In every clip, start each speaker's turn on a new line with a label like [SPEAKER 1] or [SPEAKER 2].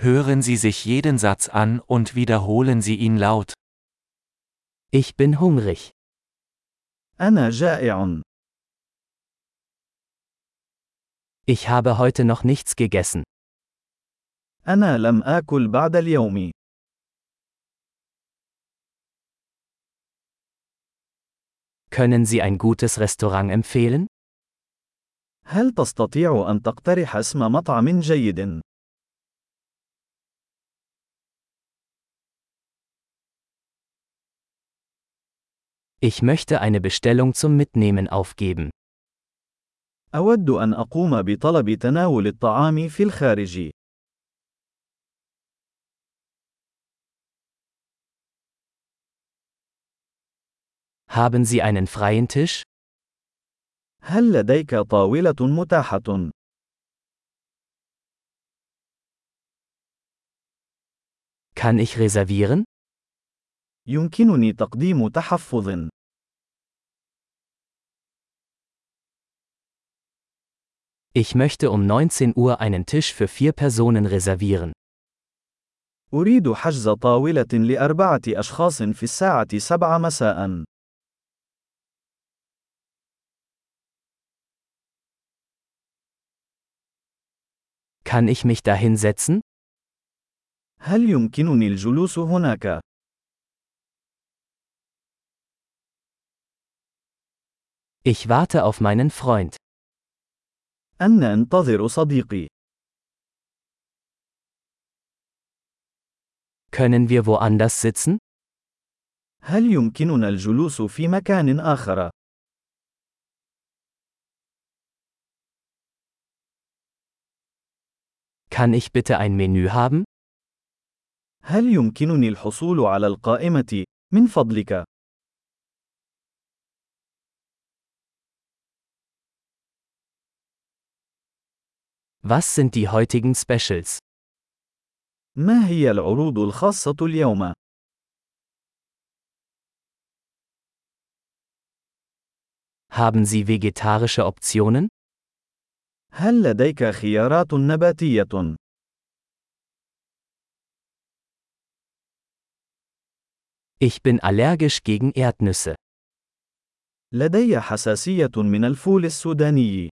[SPEAKER 1] Hören Sie sich jeden Satz an und wiederholen Sie ihn laut.
[SPEAKER 2] Ich bin hungrig.
[SPEAKER 3] أنا جائع.
[SPEAKER 2] Ich habe heute noch nichts gegessen.
[SPEAKER 3] أنا لم آكل بعد اليوم.
[SPEAKER 2] Können Sie ein gutes Restaurant empfehlen?
[SPEAKER 3] هل تستطيع أن تقترح اسم مطعم جيد؟
[SPEAKER 2] Ich möchte eine Bestellung zum Mitnehmen aufgeben.
[SPEAKER 3] أود أن أقوم بطلب تناول الطعام في الخارج.
[SPEAKER 2] Haben Sie einen freien Tisch?
[SPEAKER 3] هل لديك طاولة متاحة؟
[SPEAKER 2] Kann ich reservieren?
[SPEAKER 3] يمكنني تقديم تحفظ.
[SPEAKER 2] Ich möchte um 19 Uhr einen Tisch für vier Personen reservieren.
[SPEAKER 3] أريد حجز طاولة لأربعة أشخاص في الساعة 7 مساء.
[SPEAKER 2] Kann ich mich dahin setzen?
[SPEAKER 3] هل يمكنني الجلوس هناك؟
[SPEAKER 2] Ich warte auf meinen Freund.
[SPEAKER 3] أنا أنتظر صديقي.
[SPEAKER 2] Können wir woanders sitzen?
[SPEAKER 3] هل يمكننا الجلوس في مكان آخر؟
[SPEAKER 2] Kann ich bitte ein Menü haben?
[SPEAKER 3] هل يمكنني الحصول على القائمة؟ من فضلك،
[SPEAKER 2] Was sind die heutigen Specials?
[SPEAKER 3] ما هي العروض الخاصة اليوم؟
[SPEAKER 2] Haben Sie vegetarische Optionen?
[SPEAKER 3] هل لديك خيارات نباتية؟
[SPEAKER 2] Ich bin allergisch gegen Erdnüsse.
[SPEAKER 3] لدي حساسية من الفول السوداني.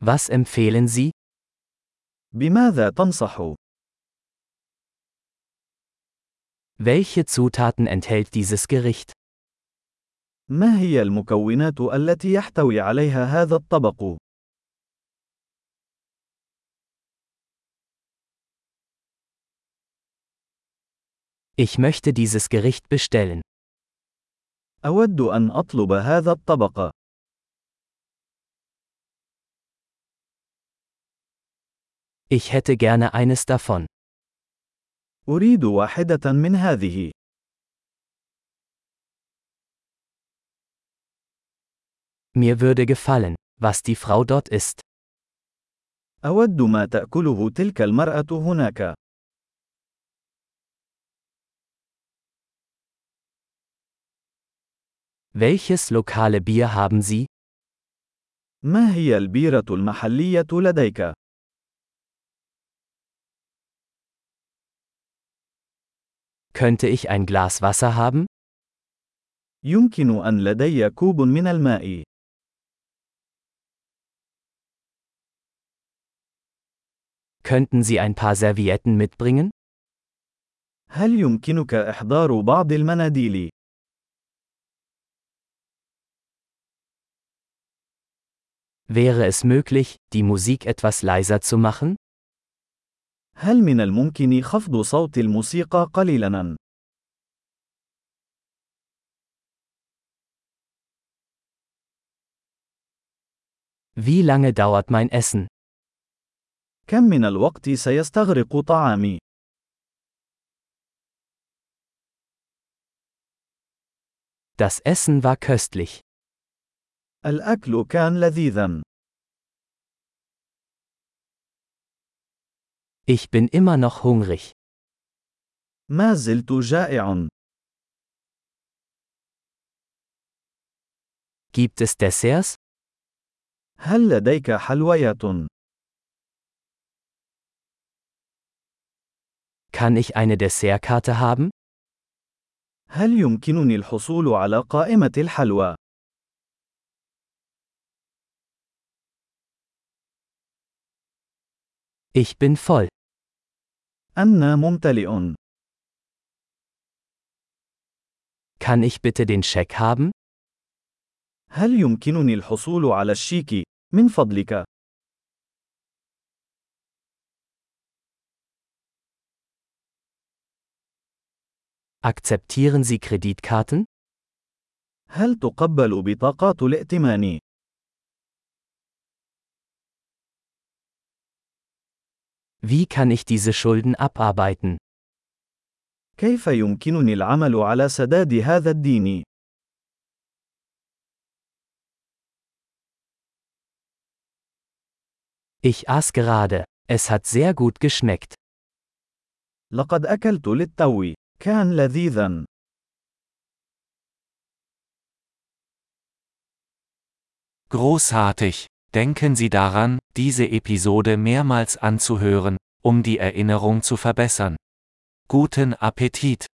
[SPEAKER 2] Was empfehlen Sie?
[SPEAKER 3] بماذا تنصح؟
[SPEAKER 2] Welche Zutaten enthält dieses Gericht?
[SPEAKER 3] ما هي المكونات التي يحتوي عليها هذا الطبق؟
[SPEAKER 2] Ich möchte dieses Gericht bestellen.
[SPEAKER 3] أود أن أطلب هذا الطبق.
[SPEAKER 2] Ich hätte gerne eines davon.
[SPEAKER 3] أريد واحدة من هذه.
[SPEAKER 2] Mir würde gefallen, was die Frau dort isst.
[SPEAKER 3] أود ما تأكله تلك المرأة هناك.
[SPEAKER 2] Welches lokale Bier haben Sie?
[SPEAKER 3] ما هي البيرة المحلية لديك؟
[SPEAKER 2] Könnte ich ein Glas Wasser haben?
[SPEAKER 3] يمكن أن لدي كوب من الماء.
[SPEAKER 2] Könnten Sie ein paar Servietten mitbringen?
[SPEAKER 3] هل يمكنك إحضار بعض المناديل؟
[SPEAKER 2] Wäre es möglich, die Musik etwas leiser zu machen?
[SPEAKER 3] هل من الممكن خفض صوت الموسيقى قليلاً؟
[SPEAKER 2] Wie lange dauert mein Essen?
[SPEAKER 3] كم من الوقت سيستغرق طعامي؟
[SPEAKER 2] Das Essen war köstlich.
[SPEAKER 3] الأكل كان لذيذاً.
[SPEAKER 2] Ich bin immer noch hungrig.
[SPEAKER 3] ما زلت جائع.
[SPEAKER 2] Gibt es Desserts?
[SPEAKER 3] هل لديك حلويات؟
[SPEAKER 2] Kann ich eine Dessertkarte haben?
[SPEAKER 3] هل يمكنني الحصول على قائمة الحلوى؟
[SPEAKER 2] Ich bin voll.
[SPEAKER 3] أنا ممتلئ.
[SPEAKER 2] Kann ich bitte den Scheck haben?
[SPEAKER 3] هل يمكنني الحصول على الشيك؟ من فضلك،
[SPEAKER 2] Akzeptieren Sie Kreditkarten?
[SPEAKER 3] هل تقبل بطاقات الائتمان؟
[SPEAKER 2] Wie kann ich diese Schulden abarbeiten?
[SPEAKER 3] كيف يمكنني العمل على سداد هذا الدين؟
[SPEAKER 2] Ich aß gerade. Es hat sehr gut geschmeckt.
[SPEAKER 3] لقد أكلت للتو. كان لذيذا.
[SPEAKER 1] Großartig! Denken Sie daran, diese Episode mehrmals anzuhören, um die Erinnerung zu verbessern. Guten Appetit!